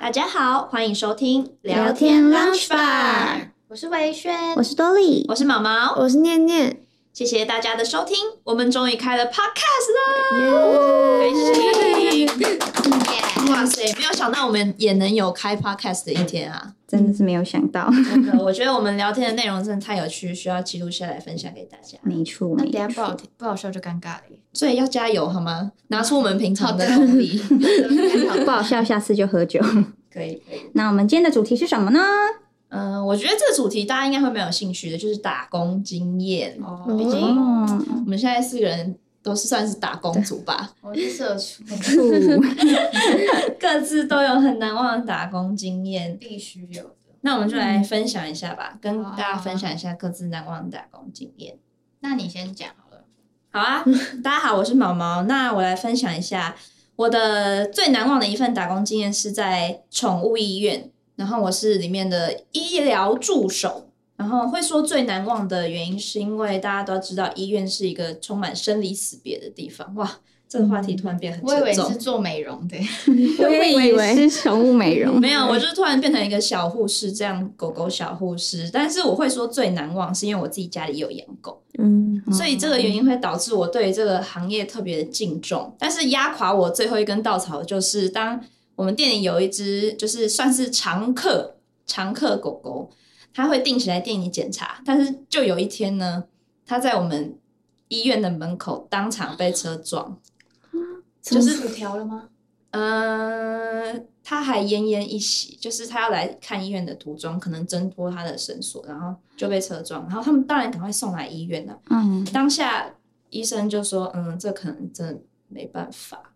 大家好，欢迎收听聊天 Lounge Bar 哦我是维轩，我是多莉，我是毛毛，我是念念，谢谢大家的收听，我们终于开了 podcast 了，开耶！心！哇塞，没有想到我们也能有开 podcast 的一天 啊！ 真的是没有想到，真的，我觉得我们聊天的内容真的太有趣，需要记录下来分享给大家。没错，那没等下不好错。听不好笑就尴尬了耶。所以要加油好吗？拿出我们平常的好的动力。不好笑，下次就喝酒。可以可以。 那我们今天的主题是什么呢？嗯、我觉得这个主题大家应该会蛮有兴趣的，就是打工经验。哦，毕竟哦，我们现在四个人都是算是打工族吧，我是社畜，醋，各自都有很难忘的打工经验。必须有的。那我们就来分享一下吧，跟好啊大家分享一下各自难忘的打工经验。那你先讲好了。好啊， 大家好，我是毛毛。那我来分享一下我的最难忘的一份打工经验是在宠物医院，然后我是里面的医疗助手。然后会说最难忘的原因，是因为大家都知道医院是一个充满生离死别的地方。哇，这个话题突然变很我以为沉是重。做美容的， 我也以为是宠物美容，没有，我就突然变成一个小护士，这样狗狗小护士。但是我会说最难忘，是因为我自己家里有养狗。嗯，所以这个原因会导致我对这个行业特别的敬重。但是压垮我最后一根稻草的就是，当我们店里有一只就是算是常客常客狗狗，它会定期来店里检查。但是就有一天呢，它在我们医院的门口当场被车撞，就是薯条了吗？呃，它还奄奄一息，就是它要来看医院的途中，可能挣脱它的绳索，然后就被车撞。然后他们当然赶快送来医院了。嗯，当下医生就说：“嗯，这可能真的没办法。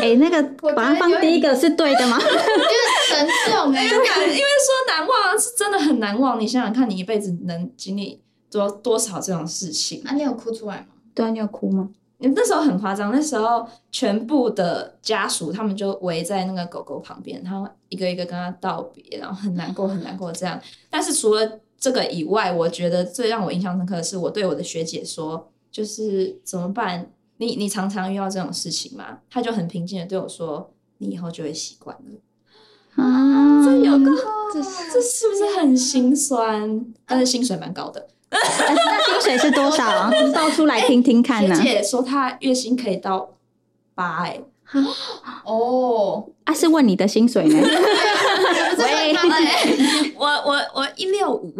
哎，那个把它放第一个是对的吗？ 很重哎，因为说难忘啊是真的很难忘，你想想看，你一辈子能经历多多少这种事情？啊，你有哭出来吗？对啊，你有哭吗？那时候很夸张，那时候全部的家属他们就围在那个狗狗旁边，然后一个一个跟他道别，然后很难过，很难过这样。但是除了这个以外，我觉得最让我印象深刻的是，我对我的学姐说，就是怎么办？你你常常遇到这种事情吗？她就很平静的对我说，你以后就会习惯了。啊，这有个，这这是不是很心酸？但是薪水蛮高的。但是那薪水是多 少？报出来听听看学啊呢。姐说她月薪可以到八哎、哦， 啊，是问你的薪水呢？喂，我我我一六五。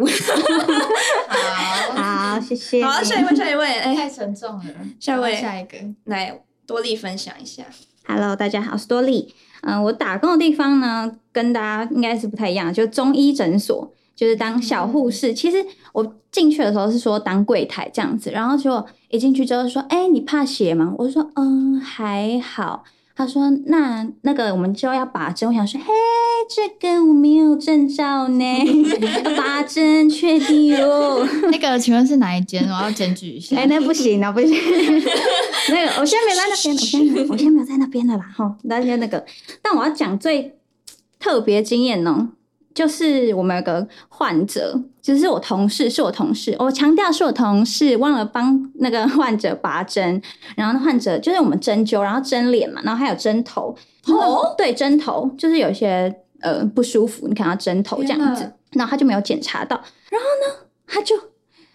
好， 好，谢谢。好，下一位，下一位，哎、太沉重了。下一位下一个，来多利分享一下。 Hello，大家好，我是多莉。嗯、我打工的地方呢，跟大家应该是不太一样，就中医诊所，就是当小护士。其实我进去的时候是说当柜台这样子，然后结果一进去之后说：“哎、你怕血吗？”我说：“嗯，还好。”他说：“那那个我们就要拔针。”我想说：“嘿，这个我没有证照呢，要拔针确定哦。”那个请问是哪一间？我要检举一下哎、。那不行啊，不行。那个，我现在没有在那边，我现在没有我现在没有在那边的啦。哈，那就那个，但我要讲最特别经验哦，就是我们有个患者，就是我同事，是我同事，我强调是我同事，忘了帮那个 患者拔针，然后那患者就是我们针灸，然后针脸嘛，然后还有针头，哦，对，针头就是有一些呃不舒服，你可能要针头这天样哪子，然后他就没有检查到，然后呢，他就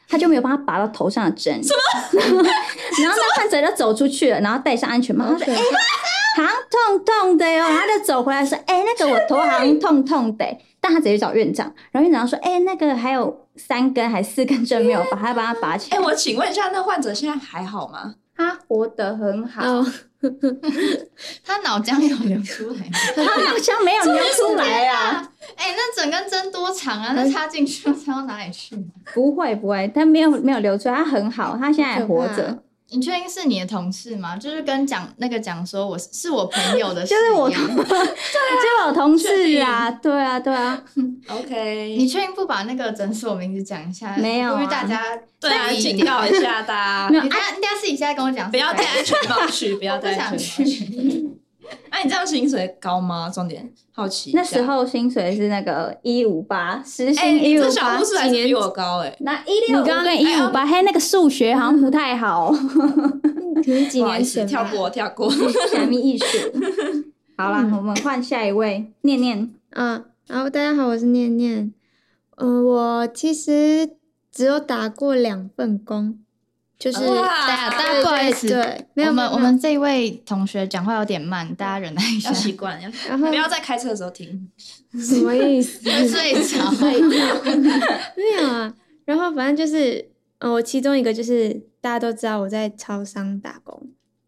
他就没有帮他拔到头上的针，什么？ 然后那患者就走出去了，然后戴上安全帽，他说：“哎、哎好像痛痛的哦哟。”然后他就走回来说：“哎、那个我头好像痛痛 的欸、但他直接去找院长，然后院长说：“哎、那个还有三根还四根针没有拔，他帮他拔起哎、来。我请问一下，那患者现在还好吗？他啊活得很好，哦，他脑浆有流出来吗。他好像没有流出来啊。哎，那整根针多长哎啊？那插进去要插到哪里去？不会不会，他没有没有流出来，他很好，他现在还活好可着。你确定是你的同事吗？就是跟讲那个讲说我是是我朋友 的事就是我一样，就有同事啊，对啊对啊，你 OK，确定不把那个诊所名字讲一下？没有啊呼吁大家对啊，注意一点警告一下大没家，有你等下你等下私底下跟我讲，不要戴安全帽去，不要不戴想安全帽去。去。哎、你这样薪水高吗？重点好奇一下。那时候薪水是那个一五八，时哎、薪一五这小八护。士还几是年比我高哎、那一六你刚五跟一五八，嘿，那个数学好像不太好，可能几不好意年思，前跳吧。过跳过。虾米艺术。好啦，嗯我们换下一位，念念。啊，然后大家好，我是念念。嗯，我其实只有打过两份工，就是哇大家大对家不好意对思，对， 没有我没们有我们这一位同学讲话有点慢，大家忍耐一下要。习惯，要然后不要在开车的时候听。 什么意思？睡着没有啊。然后反正就是，呃，我其中一个就是大家都知道我在超商打工，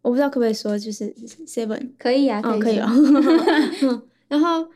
我不知道可不可以说就是 Seven 可以啊，哦，可以哦。 嗯然后，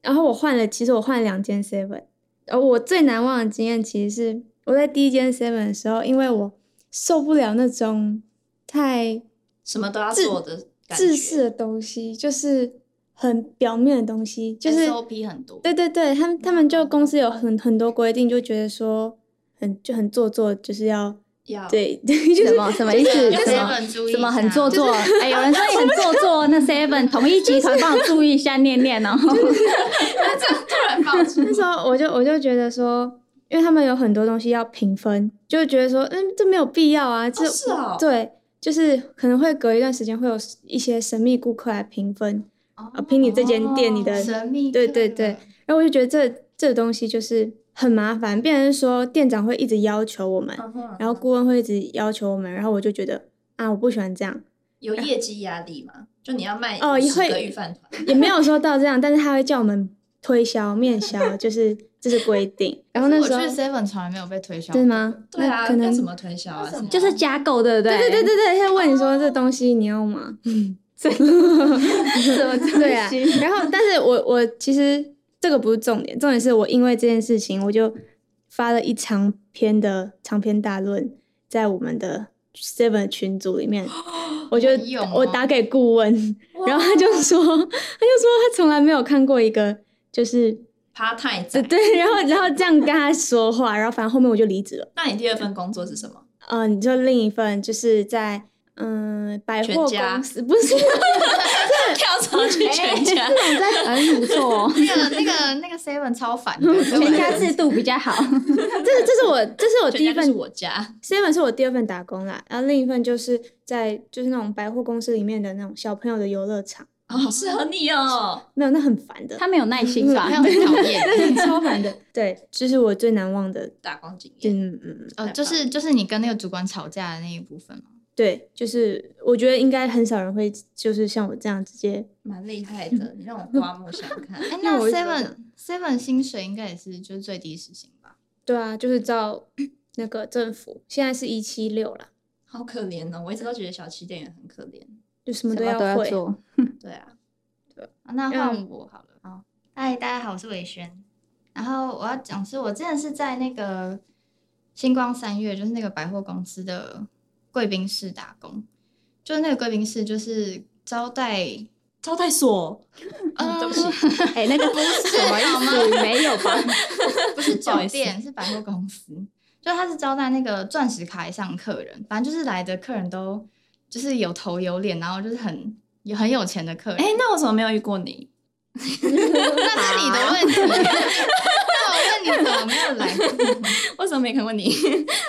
然后我换了，其实我换了两间 Seven，而我最难忘的经验其实是我在第一间 Seven 的时候，因为我受不了那种太什么都要做的感觉，制式的东西，就是很表面的东西，就是 SOP 很多。对对对，他们他们嗯就公司有很很多规定，就觉得说很就很做作，就是要要对 对，就什是么什么意思？对什么本注什么很 做作？哎，有人说你很做作，那 Seven 统一集团帮我注意一下念念哦。突然爆出那时候我就我就觉得说，因为他们有很多东西要评分，就觉得说嗯这没有必要啊，这、是哦对，就是可能会隔一段时间会有一些神秘顾客来评分，啊哦评你这间店你的神秘客啊对对对，然后我就觉得这这东西就是很麻烦，变成是说店长会一直要求我们，然后顾问会一直要求我们，然后我就觉得啊我不喜欢这样。有业绩压力嘛？就你要卖哦也50会个预饭团，也没有说到这样，但是他会叫我们推销、面销，就是这是规定。然后那我时去候 Seven 从来没有被推销过，对吗？对啊，那可能要怎么推销啊？什么就是加购，对不对？对对对对，他问你说这东西你要吗？对，什么东西对啊。然后，但是我我其实这个不是重点，重点是我因为这件事情，我就发了一长篇的长篇大论在我们的 Seven 群组里面，我就好勇哦我打给顾问，然后他就说，他就说他从来没有看过一个就是。 part time 对仔。对，然后然后这样跟他说话，然后反正后面我就离职了。那你第二份工作是什么？呃，你就另一份就是在嗯百全货家公司，不是 跳槽去全家，这种在很不错 哦，那个那 个那个 Seven 超烦的，全家制度比较 好。这这是我这是我第一全家就是份我家， ，seven 是我第二份打工啦，然后另一份就是在就是那种百货公司里面的那种小朋友的游乐场，哦，好适合你哦。没有那很烦的，他没有耐心吧好？ 像很讨厌。 超烦的，对，这是我最难忘的，打工经验，嗯嗯嗯，哦，就是就是你跟那个主管吵架的那一部分嘛。对，就是我觉得应该很少人会就是像我这样直接，蛮厉害的。你让我刮目相看。哎，那我一直都 Seven Seven 薪水应该也是就是最低时薪吧？对啊，就是照 那个政府现在是一七六啦，好可怜哦！我一直都觉得小七店员很可怜。就什么什都么要都要会，做，对啊，啊那换嗯我好了。好，嗨，大家好，我是伟轩。然后我要讲是我之前是在那个星光三月，就是那个百货公司的贵宾室打工，就是那个贵宾室就是招待，招待所，嗯，对不起，哎，那个不是什么意思？没有吧？不是不好意酒思店，是百货公司。就他是招待那个钻石卡以上客人，反正就是来的客人都就是有头有脸，然后就是很有很有钱的客人。哎、那我怎么没有遇过你？那是你的问题。 那我问你怎么没有来？为什么没看过你？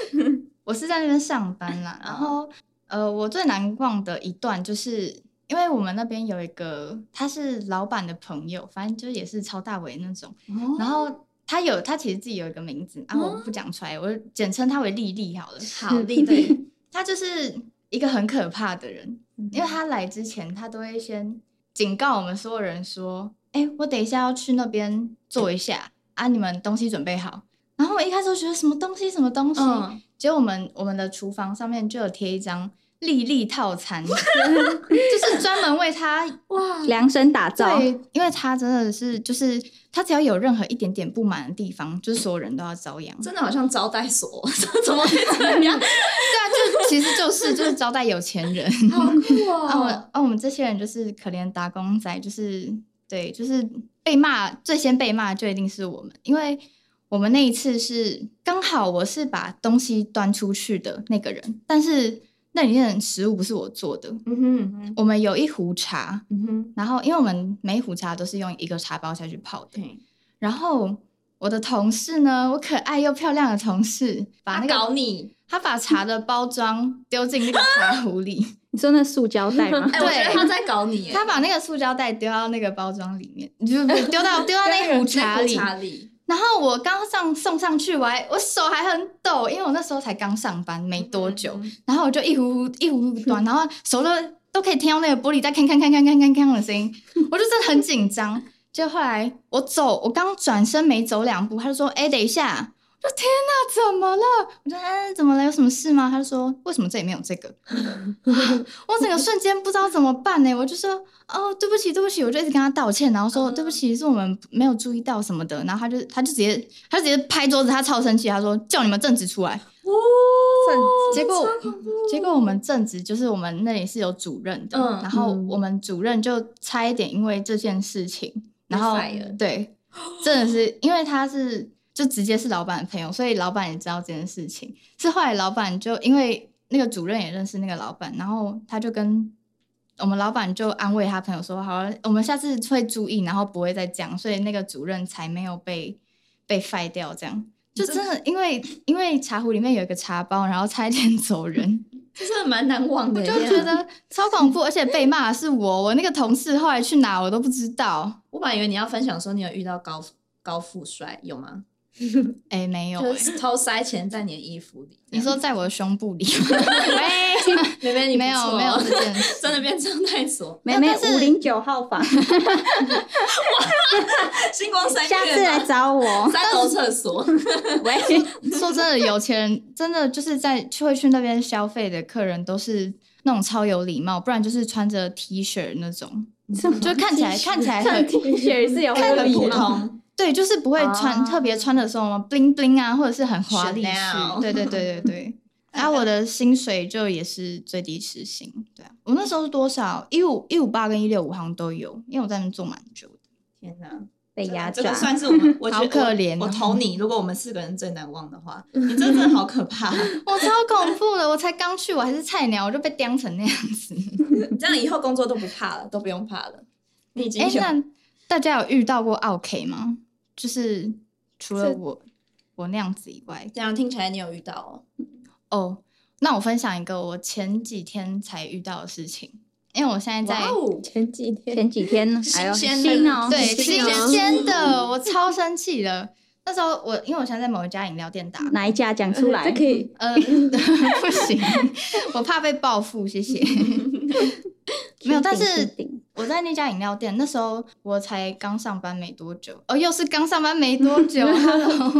我是在那边上班啦，然后呃，我最难忘的一段就是。因为我们那边有一个，他是老板的朋友，反正就是也是超大伟那种。然后他有他其实自己有一个名字啊，我不讲出来，我就简称他为丽丽好了。好厉害！他就是一个很可怕的人，因为他来之前，他都会先警告我们所有人说：“哎、我等一下要去那边坐一下啊，你们东西准备好。”然后我一开始都觉得什么东西什么东西，嗯，结果我们我们的厨房上面就有贴一张丽丽套餐，就是专门为他量身打造，对，因为他真的是就是他只要有任何一点点不满的地方，就是所有人都要遭殃。真的好像招待所， 怎么会这对啊，样？就其实就是就是招待有钱人。好酷啊，我 哦！啊，我们这些人就是可怜打工仔，就是对，就是被骂最先被骂的就一定是我们，因为我们那一次是刚好我是把东西端出去的那个人，但是那里面的食物不是我做的。嗯哼嗯哼我们有一壶茶，嗯哼，然后因为我们每一壶茶都是用一个茶包下去泡的，对，然后我的同事呢，我可爱又漂亮的同事，把那他个搞你， 他把茶的包装丢进那个茶壶里，你说那塑胶袋 吗？哎、我觉得对他在搞你耶，他把那个塑胶袋丢到那个包装里面，就是 丢到丢到那壶茶里。查理，然后我刚上送上去，我还我手还很抖，因为我那时候才刚上班没多久。嗯，然后我就一壶壶一壶壶端，然后手都都可以听到那个玻璃在铿铿铿铿铿铿铿的声音，我就真的很紧张。就后来我走，我刚转身没走两步，他就说：“哎、等一下！”我说：“天哪，怎么了？”我说：“哎、怎么了？有什么事吗？”他就说：“为什么这里面有这个？” 我整个瞬间不知道怎么办呢、我就说：“哦，对不起，对不起。”我就一直跟他道歉，然后说：“对不起，是我们没有注意到什么的。”然后他就他就直接他就直接拍桌子，他超生气，他说：“叫你们正直出来！”结果结果我们正职就是我们那里是有主任的，嗯然后嗯我们主任就差一点因为这件事情，然后 fired 对，真的是因为他是就直接是老板的朋友，所以老板也知道这件事情。是后来老板就因为那个主任也认识那个老板，然后他就跟我们老板就安慰他朋友说：“好，啊我们下次会注意，然后不会再这样。”所以那个主任才没有被被 fire 掉，这样。就真的，因为因为茶壶里面有一个茶包，然后差一点走人，这真的蛮难忘的我耶，就觉得超恐怖，而且被骂的是我，我那个同事后来去哪我都不知道。我本来以为你要分享说你有遇到高高富帅，有吗？哎、没有、就哎是偷塞钱在你的衣服里。你说在我的胸部里？喂，妹妹你不没有错没有哦，这件事 真的变招待所，妹妹但是五零九号房，星光三下次月来吗。找我三楼厕 所，喂，说真的，有钱人真的就是在会去那边消费的客人都是那种超有礼貌，不然就是穿着 T 恤那种，就看起来看起来穿很 T 恤是有看啊合得理普普吗？通，对，就是不会穿、哦特别穿的什么 bling bling 啊，或者是很华丽 Chanel 式。对对对对对。然后我的薪水就也是最低时薪，对啊，我那时候是多少？一五一五八跟一六五好像都有，因为我在那边做蛮久的。天哪，被压这榨个，算是我们，我觉得好可怜哦我。我投你，如果我们四个人最难忘的话，你真的好可 怕。 我超恐怖的，我才刚去，我还是菜鸟，我就被刁成那样子。你这样以后工作都不怕了，都不用怕了。你已经哎、有那大家有遇到过 OK 吗？就是除了这我我那样子以外，这样听起来你有遇到哦，哦，那我分享一个我前几天才遇到的事情，因为我现在在哇哦，前几天前几天呢，哎呦，新鲜的新哦，对，新新鲜的鲜的，我超生气的。那时候我因为我现在在某一家饮料店打工，哪一家讲出来？ 这可以呃， 不行， 我怕被报复，谢谢。没有，但置顶是置顶我在那家饮料店，那时候我才刚上班没多久，哦，又是刚上班没多 久，hello。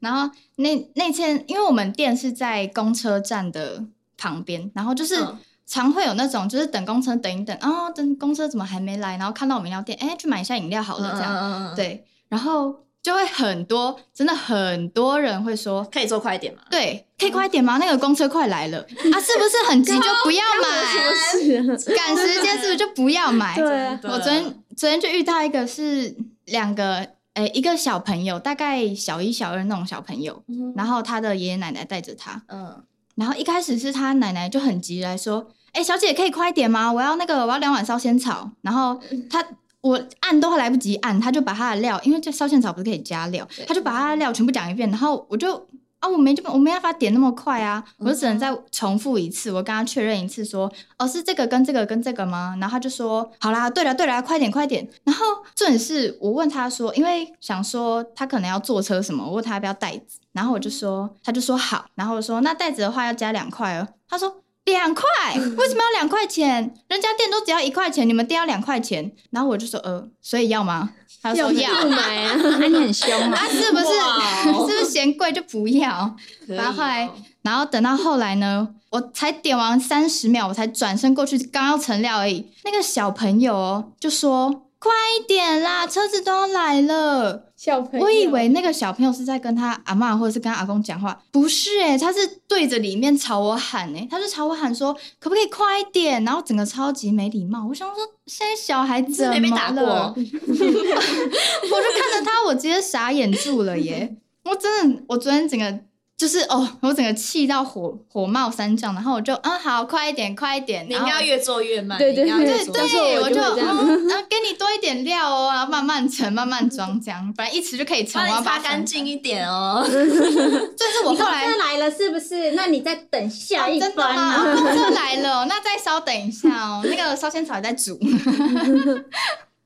然后那那天，因为我们店是在公车站的旁边，然后就是嗯常会有那种，就是等公车等一等，哦，等公车怎么还没来？然后看到我们饮料店，哎，去买一下饮料好了，这样。嗯，对，然后就会很多，真的很多人会说，可以做快一点吗？对，可以快点吗？那个公车快来 了啊，是不是很急就不要不买？是啊，赶时间是不是就不要买？对啊，真的我昨天昨天就遇到一个是两个，呃，一个小朋友，大概小一小二那种小朋友，嗯然后他的爷爷奶奶带着他，嗯，然后一开始是他奶奶就很急来说：“哎、小姐可以快一点吗？我要那个我要两碗烧仙草。”然后他我按都还来不及按，他就把他的料，因为这烧仙草不是可以加料，他就把他的料全部讲一遍，然后我就。啊，我没这么，我没办法点那么快啊，我就只能再重复一次，我跟他确认一次说，哦，是这个跟这个跟这个吗？然后他就说，好啦，对啦对啦，快点快点。然后重点是我问他说，因为想说他可能要坐车什么，我问他要不要袋子，然后我就说，他就说好，然后我说那袋子的话要加两块哦，他说。两 块？为什么要两块钱？人家店都只要一块钱，你们店要两块钱。然后我就说，呃，所以要吗？他就说要。 不买啊，啊，你很凶啊！啊，是不是？哇是哦不是嫌贵 就不要？可以然后后来哦然后等到后来呢，我才点完三十秒，我才转身过去，刚要盛料而已。那个小朋友哦，就说：“快一点啦，车子都要来了。”小朋友，我以为那个小朋友是在跟他阿嬷或者是跟他阿公讲话，不是诶、他是对着里面朝我喊诶、他就朝我喊说可不可以快一点，然后整个超级没礼貌。我想说现在小孩你子是没被打过我 哦，就看着他，我直接傻眼住了耶！我真的，我昨天整个就是哦，我整个气到火火冒三丈，然后我就嗯好，快一点，快一点，你应该然后要越做越慢，对对你应该要越对做但越是慢对，我我就就会这样嗯，然后给你多一点料哦，然后慢慢盛，慢慢装，这样，反正一匙就可以盛，帮我要你把擦它干盛净。一点哦。 但是我后来哦这来了是不是？那你再等下一真的班吗？啊。哦这来了哦，那再稍等一下哦，那个烧仙草还在煮。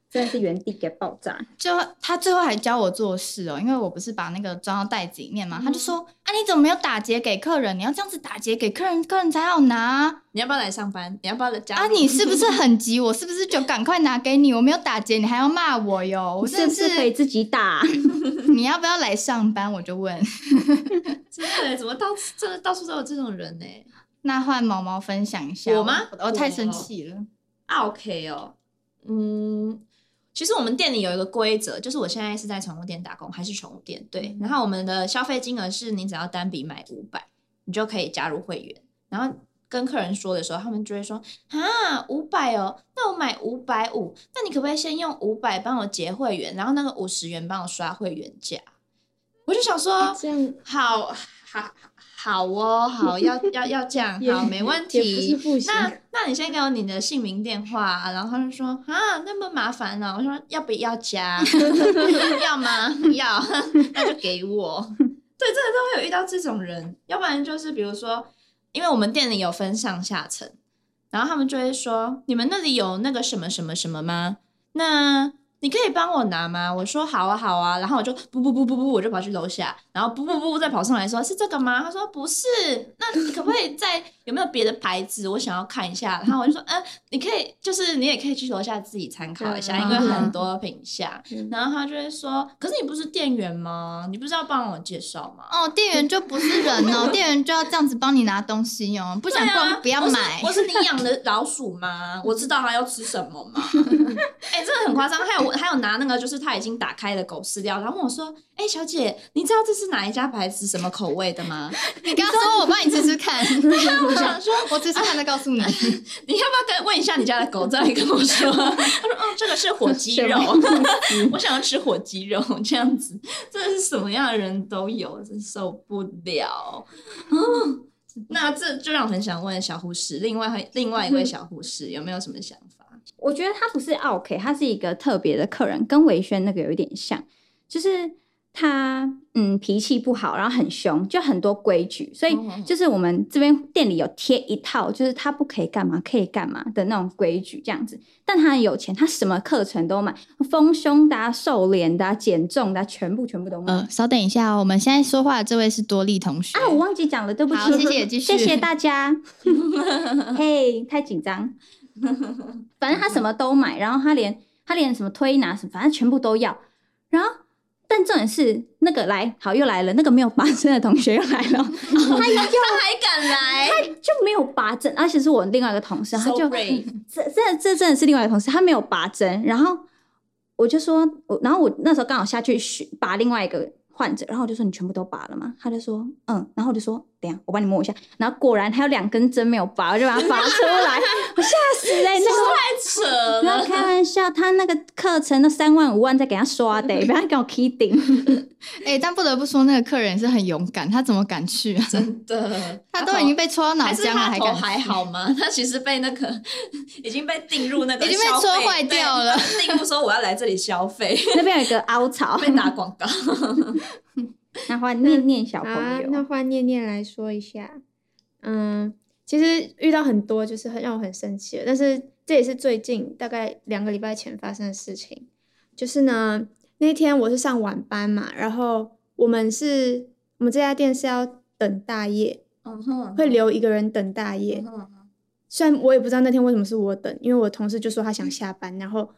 真的是原地给爆炸，就他最后还教我做事哦，因为我不是把那个装到袋子里面嘛，他就说啊，你怎么没有打结给客人？你要这样子打结给客人，客人才好拿啊！你要不要来上班？你要不要来加啊入你是不是很急？我是不是就赶快拿给你？我没有打结，你还要骂我哟！我是真不的是可以自己打？你要不要来上班？我就问。真的？怎么到真的到处都有这种人呢、那换毛毛分享一下我吗我太生我气了。啊，OK 哦，嗯，其实我们店里有一个规则，就是我现在是在宠物店打工，还是宠物店嗯对。然后我们的消费金额是你只要单笔买五百，你就可以加入会员。然后跟客人说的时候，他们就会说啊，五百哦，那我买五百五，那你可不可以先用五百帮我结会员，然后那个五十元帮我刷会员价？我就想嗯 说，这样好好好哦，好要要要这样，也好没问也题。不是不行。那那你先给我你的姓名电话、然后他就说啊，那么麻烦呢、我说要不要加？要吗？要，那就给我。 对，真的都会有遇到这种人，要不然就是比如说，因为我们店里有分上下层，然后他们就会说，你们那里有那个什么什么什么吗？那你可以帮我拿吗？我说好啊好啊，然后我就不不不不不，我就跑去楼下，然后不不不再跑上来说是这个吗？他说不是，那你可不可以再有没有别的牌子？我想要看一下。然后我就说，嗯，你可以就是你也可以去楼下自己参考一下，嗯因为很多品相。嗯然后他就会说，可是你不是店员吗？你不是要帮我介绍吗？哦，店员就不是人哦，店员就要这样子帮你拿东西哦，不想对逛啊就不要我是买我。是你养 的老鼠吗？我知道它要吃什么 吗？哎、真的很夸张。还有我还有拿那个就是他已经打开的狗饲料，然后问我说：“哎、小姐，你知道这是哪一家牌子、什么口味的吗你刚刚说我帮你吃吃看，我想说，我吃吃看再告诉你。？”你要不要跟问一下你家的狗再来跟我说？他说：“哦，这个是火鸡 肉，我想要吃火鸡肉。”这样子，真的是什么样的人都有，真受不了。嗯那这就让我很想问小护士，另外还另外一位小护士有没有什么想法？我觉得他不是 OK，他是一个特别的客人，跟维轩那个有一点像，就是他嗯脾气不好，然后很凶，就很多规矩，所以哦嗯嗯嗯就是我们这边店里有贴一套，就是他不可以干嘛，可以干嘛的那种规矩这样子。但他很有钱，他什么课程都买，丰胸的、啊、瘦脸的、啊、减重的、啊，全部全部都买。呃，稍等一下哦，我们现在说话的这位是多利同学。啊，我忘记讲了，对不起，好谢谢继续谢谢 大家。嘿、太紧张，反正他什么都买，然后他连他连什么推拿什么，反正全部都要。然后，但重点是那个来，好又来了，那个没有拔针的同学又来 了，他又还敢来？就没有拔针，而且是我另外一个同事，他 So 就 brave 这这这真的是另外一个同事，他没有拔针，然后我就说，我然后我那时候刚好下去巡拔另外一个患者，然后我就说你全部都拔了吗？他就说嗯，然后我就说等一下我帮你摸一下，然后果然还有两根针没有拔，我就把它拔出来，我吓死哎、那个。太扯不要了！开玩笑，他那个课程都三万五万在给他刷的、不要给我 kidding。 哎、但不得不说，那个客人是很勇敢，他怎么敢去啊？真的，他都已经被戳到脑还是浆了，他头敢还去？好吗？他其实被那个已经被定入那个已经被消费戳坏掉了，被定入说我要来这里消费，那边有一个凹槽，被打广告。然后念念小好朋啊，友，那换念念来说一下，嗯，其实遇到很多就是很让我很生气的，但是这也是最近大概两个礼拜前发生的事情。就是呢，那天我是上晚班嘛，然后我们是我们这家店是要等大夜，嗯哼会留一个人等大夜。嗯虽然我也不知道那天为什么是我等，因为我同事就说他想下班，然后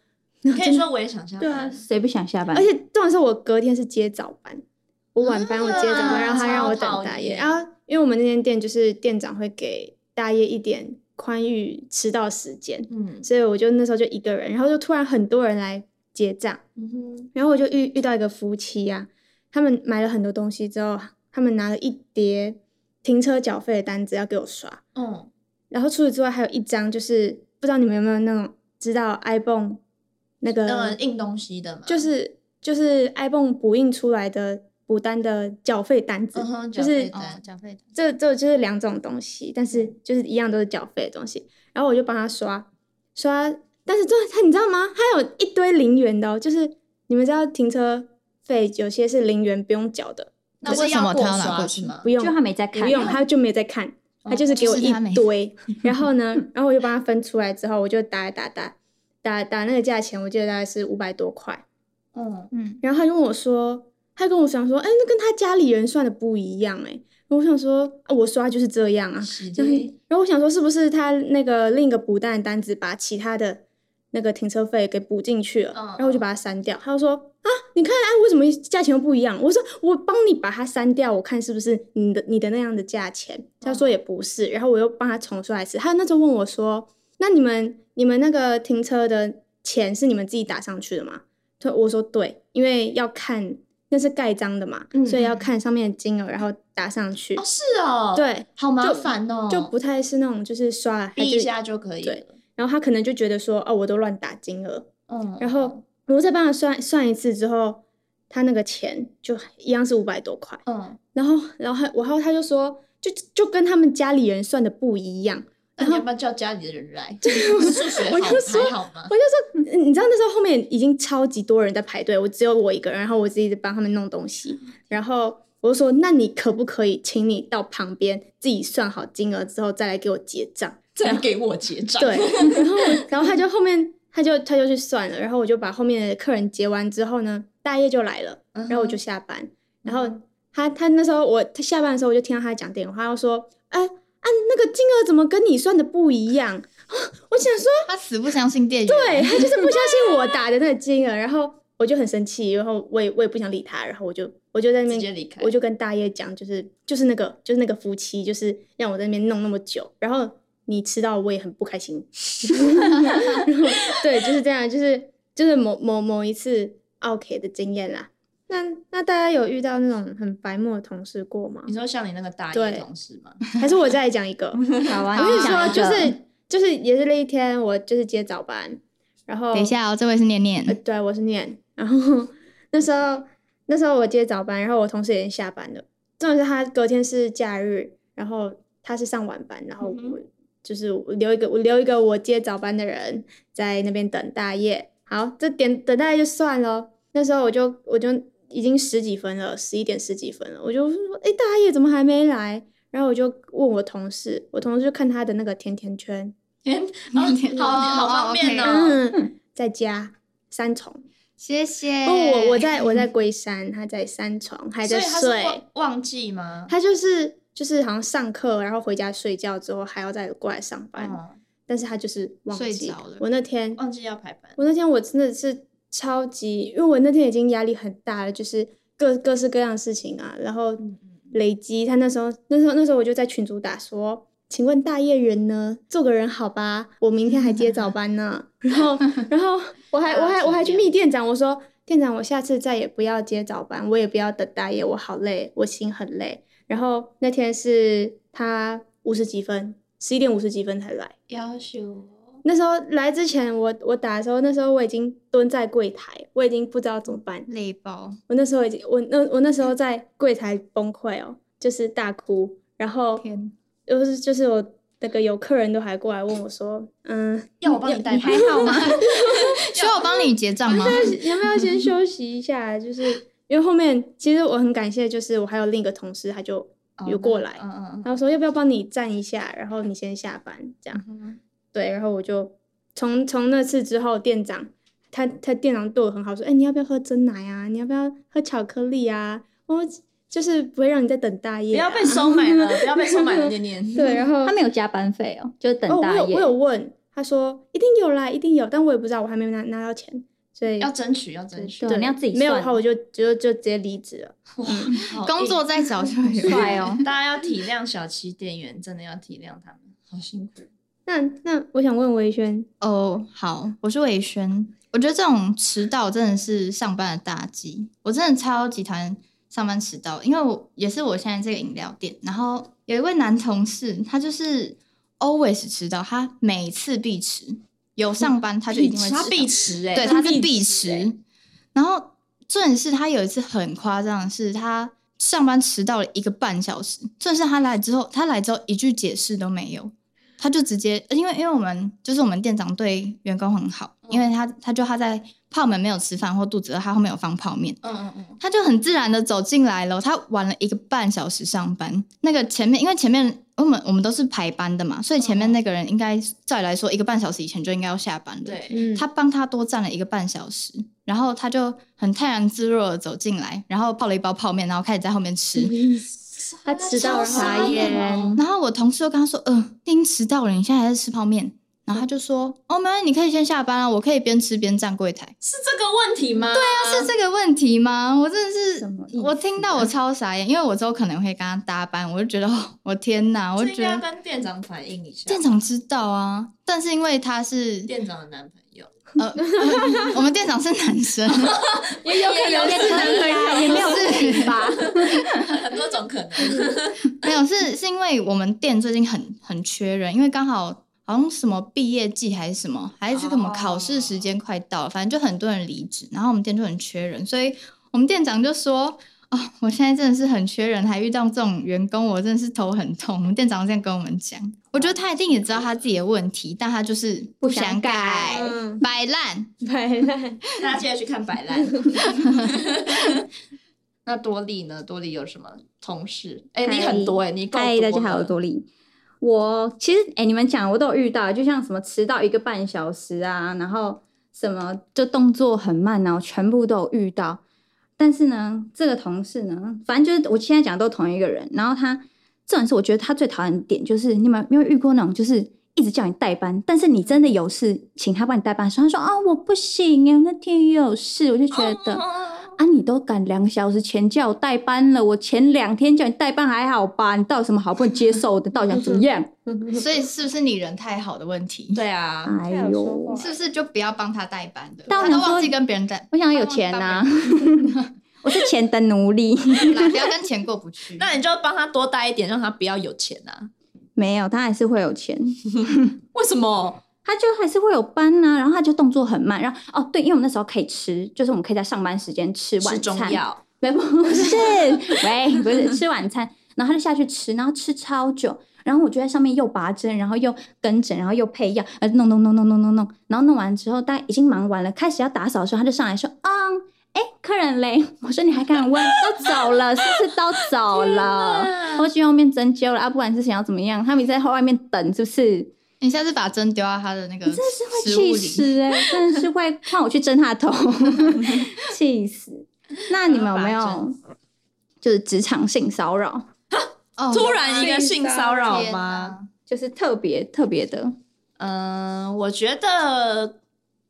你可以说我也想象。对啊谁不想下班？而且重点是我隔天是接早班，我晚班我接早班，啊然后他让我超讨等大夜，厌然后因为我们那间店就是店长会给大夜一点宽裕迟到时间，嗯所以我就那时候就一个人，然后就突然很多人来结账，嗯哼，然后我就遇遇到一个夫妻啊，他们买了很多东西之后，他们拿了一叠停车缴费的单子要给我刷，嗯，然后除此之外还有一张就是不知道你们有没有那种知道 iPhone 那个呃那个印东西的嘛，就是就是 iPhone 补印出来的补单的缴费单子，嗯哼就缴是费单哦，缴费单这这就是两种东西，但是就是一样都是缴费的东西。然后我就帮他刷刷，但是这他你知道吗？他有一堆零元的、哦，就是你们知道停车费有些是零元不用缴的，那可是我为什要么过他要拿刷过是去吗哦不？用就他没在看，不用，他就没在看，他就是给我就是一他没堆。然后呢，然后我就帮他分出来之后，我就打打打打打那个价钱，我记得大概是五百多块。嗯，嗯，然后他就问我说，他跟我想说，哎、那跟他家里人算的不一样哎、然后我想说，啊我刷就是这样啊。是就是的，然后我想说，是不是他那个另一个补单的单子把其他的那个停车费给补进去了？嗯然后我就把它删掉。他就说啊，你看啊，为什么价钱又不一样？我说我帮你把它删掉，我看是不是你的你的那样的价钱？他嗯说也不是。然后我又帮他重说一次。他那时候问我说，那你们你们那个停车的钱是你们自己打上去的吗？对，我说对，因为要看那是盖章的嘛，所以要看上面的金额，然后打上去。嗯哦，是哦，，对，好麻就烦哦，就不太是那种就是刷了他逼就一下就可以对了。然后他可能就觉得说，哦，我都乱打金额，嗯，然后我再帮他算算一次之后，他那个钱就一样是五百多块，嗯，然后然后他然后他就说，就就跟他们家里人算的不一样，那你要不要叫家里的人来？数学好我就说还好吗？我就说，嗯你知道那时候后面已经超级多人在排队，我只有我一个人，然后我自己在帮他们弄东西，嗯然后我就说，那你可不可以请你到旁边自己算好金额之后再来给我结账？再 给我结账。对，，然后然后他就后面他就他就去算了，然后我就把后面的客人结完之后呢，大夜就来了，嗯然后我就下班，然后他他那时候我他下班的时候我就听到他讲电话，他就说，哎、啊那个金额怎么跟你算的不一样？ 我想说，他死不相信店员， 对他就是不相信我打的那个金额，然后我就很生气，然后我也我也不想理他，然后我就我就在那直接边离开。我就跟大爷讲，就是就是那个就是那个夫妻，就是让我在那边弄那么久，然后你吃到我也很不开心。 然后对，就是这样，就是就是某某某一次 OK 的经验啦。那那大家有遇到那种很白目的同事过吗你？说像你那个大对一同事 吗？还是我再讲一个？好啊，我我你跟你讲说，一就个是就是也是那一天，我就是接早班，然后等一下哦，这位是念呃，念，对，我是念。然后那时候那时候我接早班，然后我同事已经下班了。重点是他隔天是假日，然后他是上晚班，然后嗯哼我、就是我留一个我留一个我接早班的人在那边等大夜。好，这点等大夜就算了。那时候我就我就已经十几分了，十一点十几分了，我就说：“哎、大夜怎么还没来？”然后我就问我同事，我同事就看他的那个甜甜圈，天，天哦 好好方便哦。嗯，在家三重。谢谢。不，哦我我在我在龟山，他在三重，还嗯所在以他是睡忘。忘记吗？他就是就是好像上课，然后回家睡觉之后还要再过来上班，嗯但是他就是忘睡记着了我那天忘记要排班。我那天我真的是超级，因为我那天已经压力很大了，就是各各式各样的事情啊，然后嗯嗯累积。他那时候那时候那时候我就在群组打说。请问大业人呢？做个人好吧，我明天还接早班呢。 然 后，然后我还我还我还去密店长，我说店长，我下次再也不要接早班，我也不要等大夜，我好累，我心很累。然后那天是他五十几分，十一点五十几分才来，要求那时候来之前我，我打的时候，那时候我已经蹲在柜台，我已经不知道怎么办。累爆，我那时候已经，我那我那时候在柜台崩溃哦，就是大哭，然后天，就是就是我那个有客人都还过来问我说，嗯， 要我帮你代你班还，好吗？需要我帮你结账吗？你要不 要先休息一下？就是因为后面其实我很感谢，就是我还有另一个同事，他就有过来，嗯嗯嗯然后说要不要帮你站一下，然后你先下班这样。嗯，对，然后我就从从那次之后，店长他他店长对我很好，说，哎、你要不要喝真奶啊？你要不要喝巧克力啊？我就是不会让你在等大不夜、啊要被收买了，不要被收买了，念念。对，然后 他没有加班费哦，就等哦，我大有夜我。有问，他说一定有啦，一定有，但我也不知道，我还没拿拿到钱，所以要争取，要争取，对，你要自己没有的算话，我就就就直接离职了。好硬，工作再找就有。 快哦 大家要体谅小七店员，真的要体谅他们，好辛苦。那那我想问维轩，哦，好，我是伟轩。我觉得这种迟到真的是上班的大忌，我真的超级讨厌上班迟到，因为我也是我现在这个饮料店，然后有一位男同事，他就是 always 迟到，他每次必 迟，有上班他就一定会迟到，他必迟哎，对，他是必迟。然后重点是他有一次很夸张的是，他上班迟到了一个半小时。重点是他来之后，他来之后一句解释都没有，他就直接，因为因为我们就是我们店长对员工很好，因嗯为他他就他在泡门没有吃饭或肚子饿，他后面有放泡面，嗯嗯嗯，他就很自然的走进来了。他晚了一个半小时上班，那个前面因为前面我们我们都是排班的嘛，所以前嗯面那个人应该照理来说一个半小时以前就应该要下班了。对，嗯，他帮他多站了一个半小时，然后他就很泰然自若的走进来，然后泡了一包泡面，然后开始在后面嗯嗯吃。 他迟到了傻哦傻眼，然后我同事就跟他说：“嗯、呃，已经迟到了，你现在还在吃泡面。”然后他就说：“哦，没关系，你可以先下班啊，我可以边吃边站柜台。是这个问题吗？对啊，”是这个问题吗？我真的什么意是，思啊我听到我超傻眼，因为我之后可能会跟他搭班，我就觉得， 哦我天哪，我这就应觉该要得跟店长反映一下。店长知道啊，但是因为他是店长的男朋友，呃， 我们店长是男 生，也有可能是男朋友，也没有问题吧？很多种可能。 没有，是是因为我们店最近很很缺人，因为刚好好像什么毕业季还是什么，还是什么哦考试时间快到了，反正就很多人离职，然后我们店就很缺人，所以我们店长就说。哦，我现在真的是很缺人，还遇到这种员工，我真的是头很痛。我们店长这样跟我们讲，我觉得他一定也知道他自己的问题，但他就是不想想改嗯，摆烂。摆 烂， 大家记得去看摆烂。那多利呢？多利有什么同事？哎、你很多哎、你够嗨，大家好，我了是多利。我其实哎、你们讲我都有遇到，就像什么迟到一个半小时啊，然后什么就动作很慢啊，我全部都有遇到。但是呢，这个同事呢，反正就是我现在讲都同一个人。然后他这种事，我觉得他最讨厌的点就是，你们有没有遇过那种就是一直叫你代班，但是你真的有事请他帮你代班的时候，他说啊、我不行哎，我那天也有事，我就觉哦得。啊，你都赶两个小时前叫我代班了，我前两天叫你代班还好吧？你到底有什么好不能接受的？到底想怎么 样？所以是不是你人太好的问题？对啊，哎太有说呦过，是不是就不要帮他代班的？但我他都想说忘记跟别人代我想有钱啊呐、我是钱的奴隶。 啦不要跟钱过不去。那你就帮他多带一点，让他不要有钱啊。没有，他还是会有钱，为什么？他就还是会有班呐、然后他就动作很慢，然后哦对，因为我们那时候可以吃，就是我们可以在上班时间吃吃晚中餐，药，没不是，喂，不是吃晚餐，然后他就下去吃，然后吃超久，然后我就在上面又拔针，然后又跟诊，然后又配药，呃，弄弄弄弄弄弄弄，然后弄完之后，大家已经忙完了，开始要打扫的时候，他就上来说，嗯，哎，客人嘞，我说你还敢问，都走了，是不是都走啊 了？我去后面针灸了啊，不管是想要怎么样，他们一直在外面等，是不是？你下次把针丢到他的那个真的食是会物里。气死哎、真的是会让我去蒸他的头，气死！那你们有没把他有就是职场性骚扰，哦突然一个性骚扰吗？？就是特别特别 的？嗯，我觉得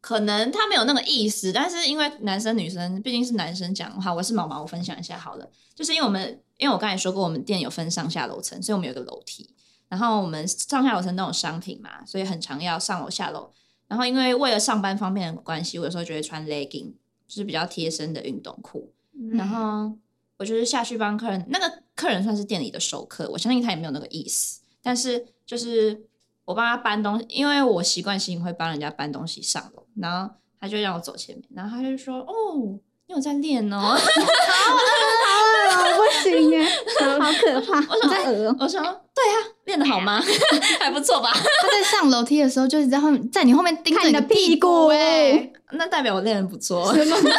可能他没有那个意思，但是因为男生女生毕竟是男生讲的话，我是毛毛，我分享一下好了，就是因为我们因为我刚才说过，我们店有分上下楼层，所以我们有一个楼梯，然后我们上下楼层那种商品嘛，所以很常要上楼下楼。然后因为为了上班方面的关系，我有时候就会穿 legging，就是比较贴身的运动裤。然后我就是下去帮客人，那个客人算是店里的熟客，我相信他也没有那个意思，但是就是我帮他搬东西，因为我习惯性会帮人家搬东西上楼，然后他就让我走前面，然后他就说：“哦，你有在练哦。” 啊不行欸耶， 好可怕！我在鹅我说：“对啊，练的好吗？ 还不错吧？他在上楼梯的时候，就一直在后面，在你后面盯着看你的的屁股股哎。哦那代表我练的不错。”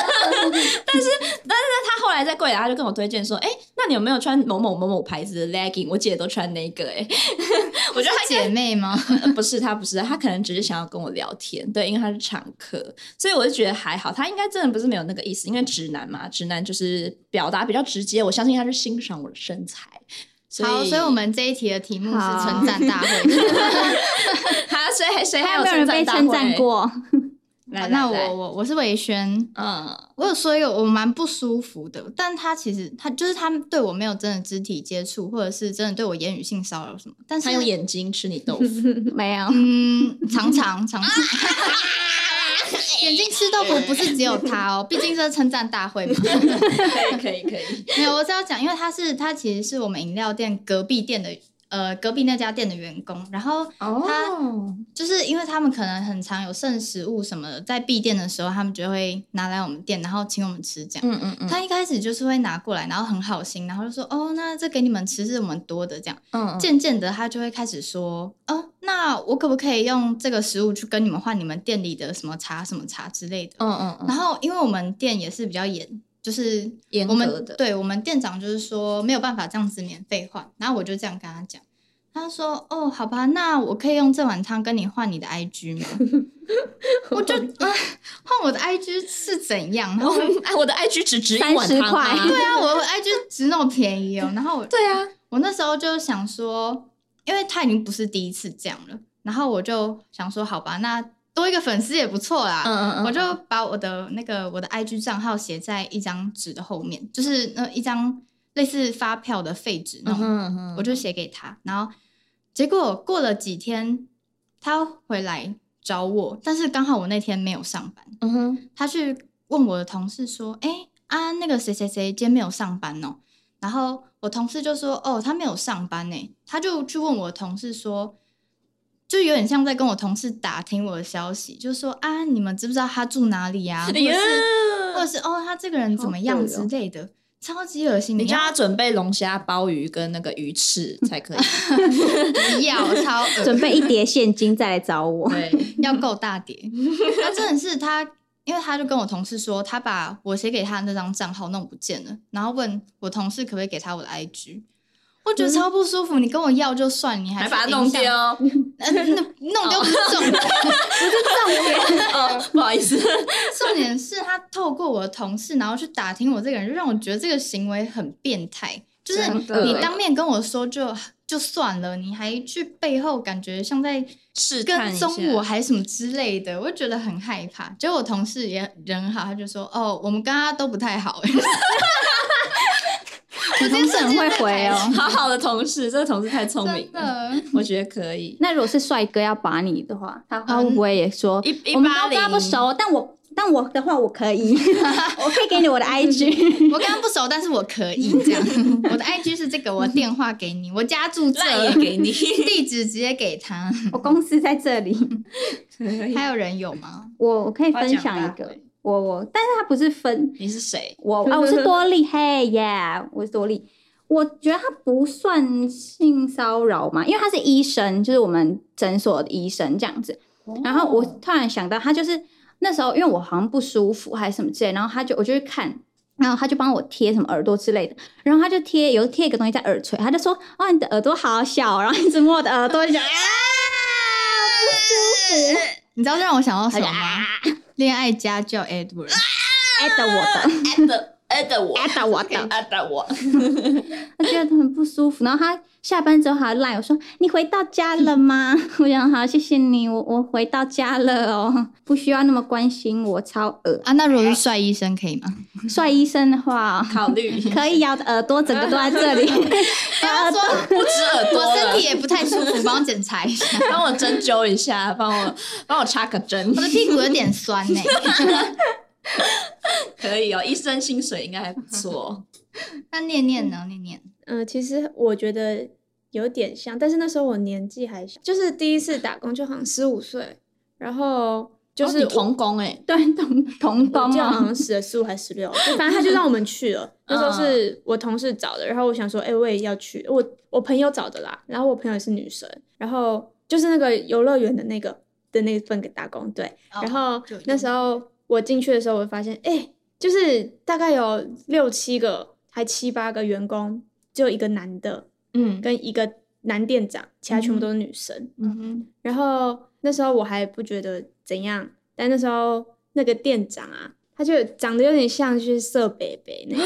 他后来在柜台，他就跟我推荐说：“哎、那你有没有穿某某某某牌子的 legging？我姐都穿那个、欸。”哎，我觉得他应该姐妹吗？呃不是他，不是他，可能只是想要跟我聊天，对，因为他是常客，所以我就觉得还好，他应该真的不是没有那个意思，因为直男嘛，直男就是表达比较直接，我相信他是欣赏我的身材。好，所以 我们这一题的题目是好称赞大会。他谁还谁还还有有没有人被大称会赞？过？ 来，那来我我我是维轩，嗯，我有说一个我蛮不舒服的，但他其实他就是他对我没有真的肢体接触，或者是真的对我言语性骚扰什么，但是他用眼睛吃 你豆腐，没 有，嗯，常常常常。 眼睛吃豆腐不是只有他哦，毕竟这是称赞大 会嘛。可以可以可以，没有，我是要讲，因为他是他其实是我们饮料店隔壁店的呃隔壁那家店的员工，然后 他哦，就是因为他们可能很常有剩食物什么的，在闭店的时候，他们就会拿来我们店，然后请我们吃这样。嗯嗯嗯，他一开始就是会拿过来，然后很好心，然后就说：“哦，那这给你们吃是我们多的这样。”嗯渐渐的，他就会开始说：“哦，那我可不可以用这个食物去跟你们换你们店里的什么茶、什么茶之类的？”嗯嗯嗯，然后，因为我们店也是比较严，就是严我格们的对我们店长就是说没有办法这样子免费换，然后我就这样跟他讲，他说：“哦，好吧，那我可以用这碗汤跟你换你的 IG 吗？”我 就啊，换我的 IG 是怎样？然后我哎，我的 IG 只值一碗30汤啊块对啊，我的 IG 值那么便宜哦，然后我对啊，我那时候就想说，因为他已经不是第一次这样了，然后我就想说，好吧，那多一个粉丝也不错啦。嗯嗯嗯，我就把我的那个我的 IG 账号写在一张纸的后面，就是那一张类似发票的废纸那嗯种，哼嗯哼我就写给他。然后结果过了几天，他回来找我，但是刚好我那天没有上班，嗯哼他去问我的同事说：“哎、啊，那个谁谁谁今天没有上班哦。”然后我同事就说：“哦，他没有上班呢。”他就去问我同事说，就有点像在跟我同事打听我的消息，就说：“啊，你们知不知道他住哪里呀、啊？或者哎呀是，或者是哦，他这个人怎么好样恶哦之类的，超级恶心。”你要叫他准备龙虾、鲍鱼跟那个鱼翅才可以，不要 超恶准备一叠现金再来找我。对，要够大碟。他真的是他，因为他就跟我同事说，他把我写给他的那张账号弄不见了，然后问我同事可不可以给他我的 IG。我觉得超不舒服，你跟我要就算，你还嗯还是把它弄哦影丢，响，哦， 呃，那弄丢不是重点，哦不好意思，重点是他透过我的同事，然后去打听我这个人，就让我觉得这个行为很变态。就是真的你当面跟我说就就算了，你还去背后感觉像在试探跟一下踪我还是什么之类的，我就觉得很害怕。结果我同事也人很好，他就说：“哦，我们跟他都不太好。” 欸你同事很会回哦。好好的同事，这个同事太聪明真了，的，我觉得可以。那如果是帅哥要把你的话，他他会不会也说一嗯一我们八都跟他零不熟，但我但我的话我可以， 我可以给你 我的 IG。我跟他不熟，但是我可以这样。 我的 IG 是这个，我电话给你，我家住这，赖也给你地址直接给 他。我公司在这里，还有人有吗？我我可以分夸享一奖大个会，我我，但是他不是分你是谁？我啊，我 是多利，嘿耶，我是多利。我觉得他不算性骚扰嘛，因为他是医生，就是我们诊所的医生这样子。哦然后我突然想到，他就是那时候，因为我好像不舒服还是什么之类，然后他就我就去看，然后他就帮我贴什么耳朵之类的，然后他就贴有贴一个东西在耳垂，他就说：“哦，你的耳朵好小。”哦然后一直摸我的耳朵，就想啊，你知道让我想到他什就么吗啊？恋爱家教 Edward，艾特我的，艾特艾特我艾特我 的，艾特我，他觉得很不舒服。然后他下班之后还赖我说：“你回到家了吗？” 我想好，谢谢你，我我回到家了哦，不需要那么关心我，超恶。啊，那如果是帅医生可以 吗？帅医生的话、哦考虑可以咬的耳朵整个都在这里，他说啊不止耳朵我了身体也不太舒服，帮我检查一下。帮我针灸一下，帮我帮我插个针我，的屁股有点酸欸 呢、可以哦。医生薪水应该还不错。那念念呢？念念，呃，其实我觉得有点像，但是那时候我年纪还小，就是第一次打工就好像十五岁，然后就哦是你我童工哎，对，童童我工哦记得好嘛，像十十五还十六，就反正他就让我们 去了。那时嗯候是我同事找的，然后我想说，哎、我也要去，我我朋友找的啦。然后我朋友也是女生，然后就是那个游乐园的那个的那份打工，对。哦哦然后就那时候我进去的时候，我发现，哎、就是大概有六七个，还七八个员工，只有一个男的嗯跟一个男店长，其他全部都是女生。嗯然后那时候我还不觉得怎样，但那时候那个店长啊，他就长得有点像就是色北北那 样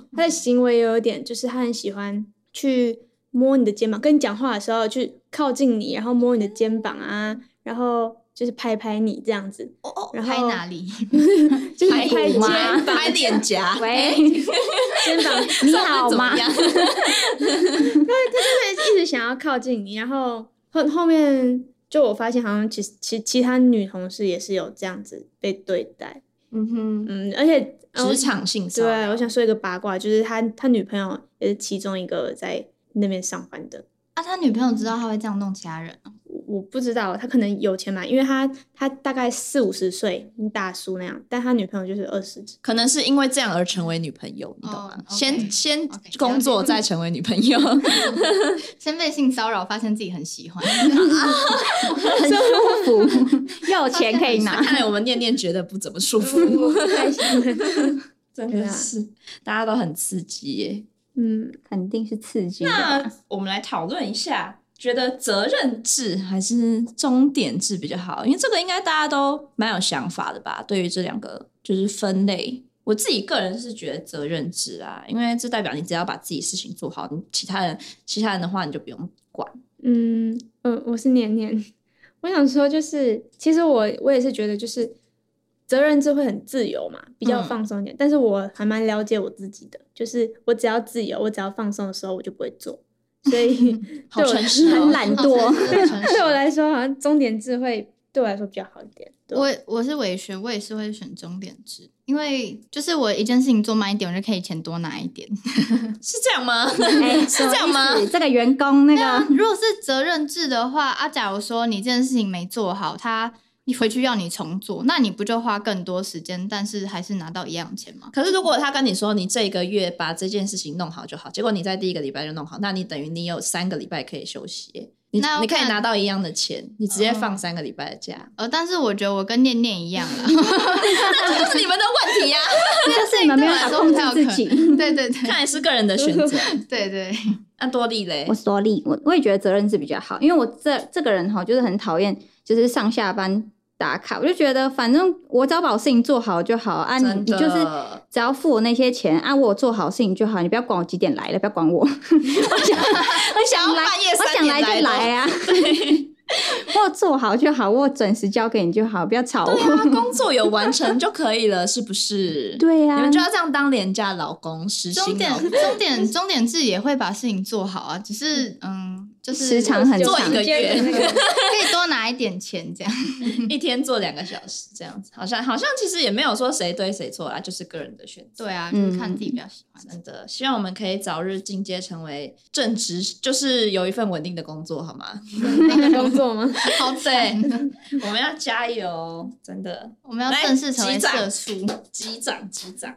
子，他的行为也有点就是他很喜欢去摸你的肩膀，跟你讲话的时候去靠近你，然后摸你的肩膀啊，然后就是拍拍你这样子，哦哦，然拍后哪里？就是拍拍骨肩吗？膀，拍脸 颊？喂，肩膀你好怎么吗？样？一直想要靠近你，然后后后面就我发现好像其实其其他女同事也是有这样子被对待，嗯哼，嗯，而且呃职场性骚对，扰我想说一个八卦，就是他他女朋友也是其中一个在那边上班的，啊，他女朋友知道他会这样弄其他人哦，我不知道，他可能有钱买，因为他他大概四五十岁，大叔那样，但他女朋友就是二十 几。可能是因为这样而成为女朋友，你懂吗哦？，OK，先先 OK，了解工作再成为女朋友，先被性骚扰，发现自己很喜欢， 很舒服，又有钱可以 拿。看来我们念念觉得不怎么舒服，嗯真的是大家都很刺激耶。嗯，肯定是刺激的吧。那我们来讨论一下，觉得责任制还是终点制比较好？因为这个应该大家都蛮有想法的吧？对于这两个就是分类，我自己个人是觉得责任制啊，因为这代表你只要把自己事情做好，你其他人其他人的话你就不用管。嗯，呃，我是念念， 我想说就是，其实我我也是觉得就是责任制会很自由嘛，比较嗯放松一点。但是我还蛮了解我自己的，就是我只要自由，我只要放松的时候，我就不会做。所 以好对我诚实哦很 懒 惰，对 对我来说，好像终点制会对我来说比较好一点。对，我我是伪学，我也是会选终点制，因为就是我一件事情做慢一点，我就可以钱多拿一点。 是这样吗？哎是这样吗？这个员工那那个啊如果是责任制的话，啊，假如说你这件事情没做好，他你回去要你重做，那你不就花更多时间，但是还是拿到一样的钱吗？可是如果他跟你说你这个月把这件事情弄好就好，结果你在第一个礼拜就弄好，那你等于你有三个礼拜可以休息耶，你那我你可以看拿到一样的钱，你直接放哦三个礼拜的假，呃，但是我觉得我跟念念一样啦， 那这就是你们的问题呀、就是啊你们没有办法控制自己。 对对对看来是个人的选择。对对， 那多利嘞我，说力，我我也觉得责任制比较好，因为我这这个人哈，就是很讨厌就是上下班打卡，我就觉得反正我只要把我事情做好就好啊，你真你的就是只要付我那些钱啊，我做好事情就好，你不要管我几点来了，不要管我， 我想我想要来半夜我三想点来就来来啊， 我有做好就好，我有准时交给你就好，不要吵我。他啊工作有完成就可以了，是不是？、对啊呀、你们就要这样当廉价老公，实终心点老公终点终点制也会把事情做好啊，只是嗯，就是时长很做长一个接着那月，个 可以多拿一点钱这样。 一天做两个小时这样子，好像好像其实也没有说谁对谁错啦，就是个人的选择。对啊，就嗯是看自己比较喜欢的。真的，希望我们可以早日进阶成为正职，就是有一份稳定的工作，好吗？ 那个工作吗？好对 惨，我们要加油，真的，我们要来正式成为击掌社 畜，击掌击掌，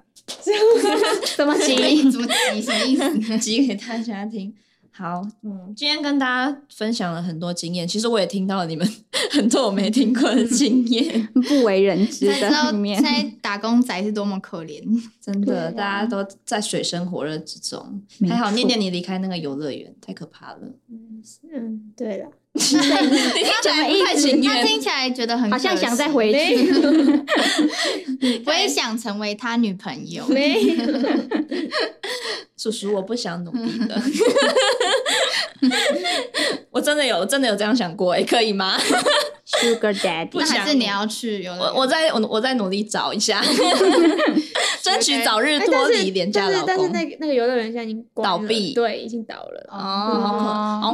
怎么急怎么急？什么意思？击给大家听。好，嗯，今天跟大家分享了很多经验，其实我也听到了你们 很多我没听过的经验，不为人知才知的道里面现。在打工仔是多么可 怜。真的，对啊大家都在水深火热之中。没还好错念念你离开那个游乐园，太可怕了，嗯，对了， 你听起来不太情他愿。听起来觉得很好像可惜想再，回去，我也想成为他女朋友。没有，叔叔，我不想努力了。嗯 我真的有，真的有这样想过，哎，可 以吗？ Sugar Daddy，不那想还是你要去游乐我园？我再我我再努力找一 下，争取早日哎脱但离是廉价但老是公。但是那个那个游乐园现在已经关倒了闭对，已经倒了。哦，好可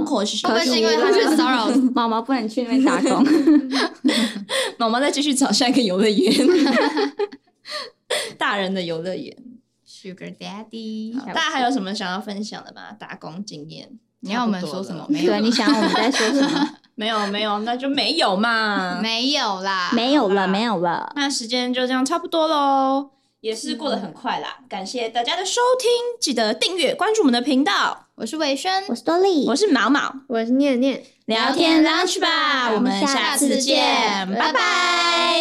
好可惜，会不可会是惜因为他去骚扰？毛毛不能去那边打工，妈妈再继续找下一个游乐园， 大人的游乐园。哦 Sugar Daddy，大家还有什么想要分享的吗？打工经验？你要我们说什么？没有对，你了，想我们在说什 么？没有没有，那就没有嘛。没有啦，没有好吧了，没有了，那时间就这样差不多喽，也是过得很快啦。感谢大家的收听，记得订阅关注我们的频道。我是维轩我，是多莉我，是毛毛，我是念念，聊天 lunch 吧，我们下次见，拜拜。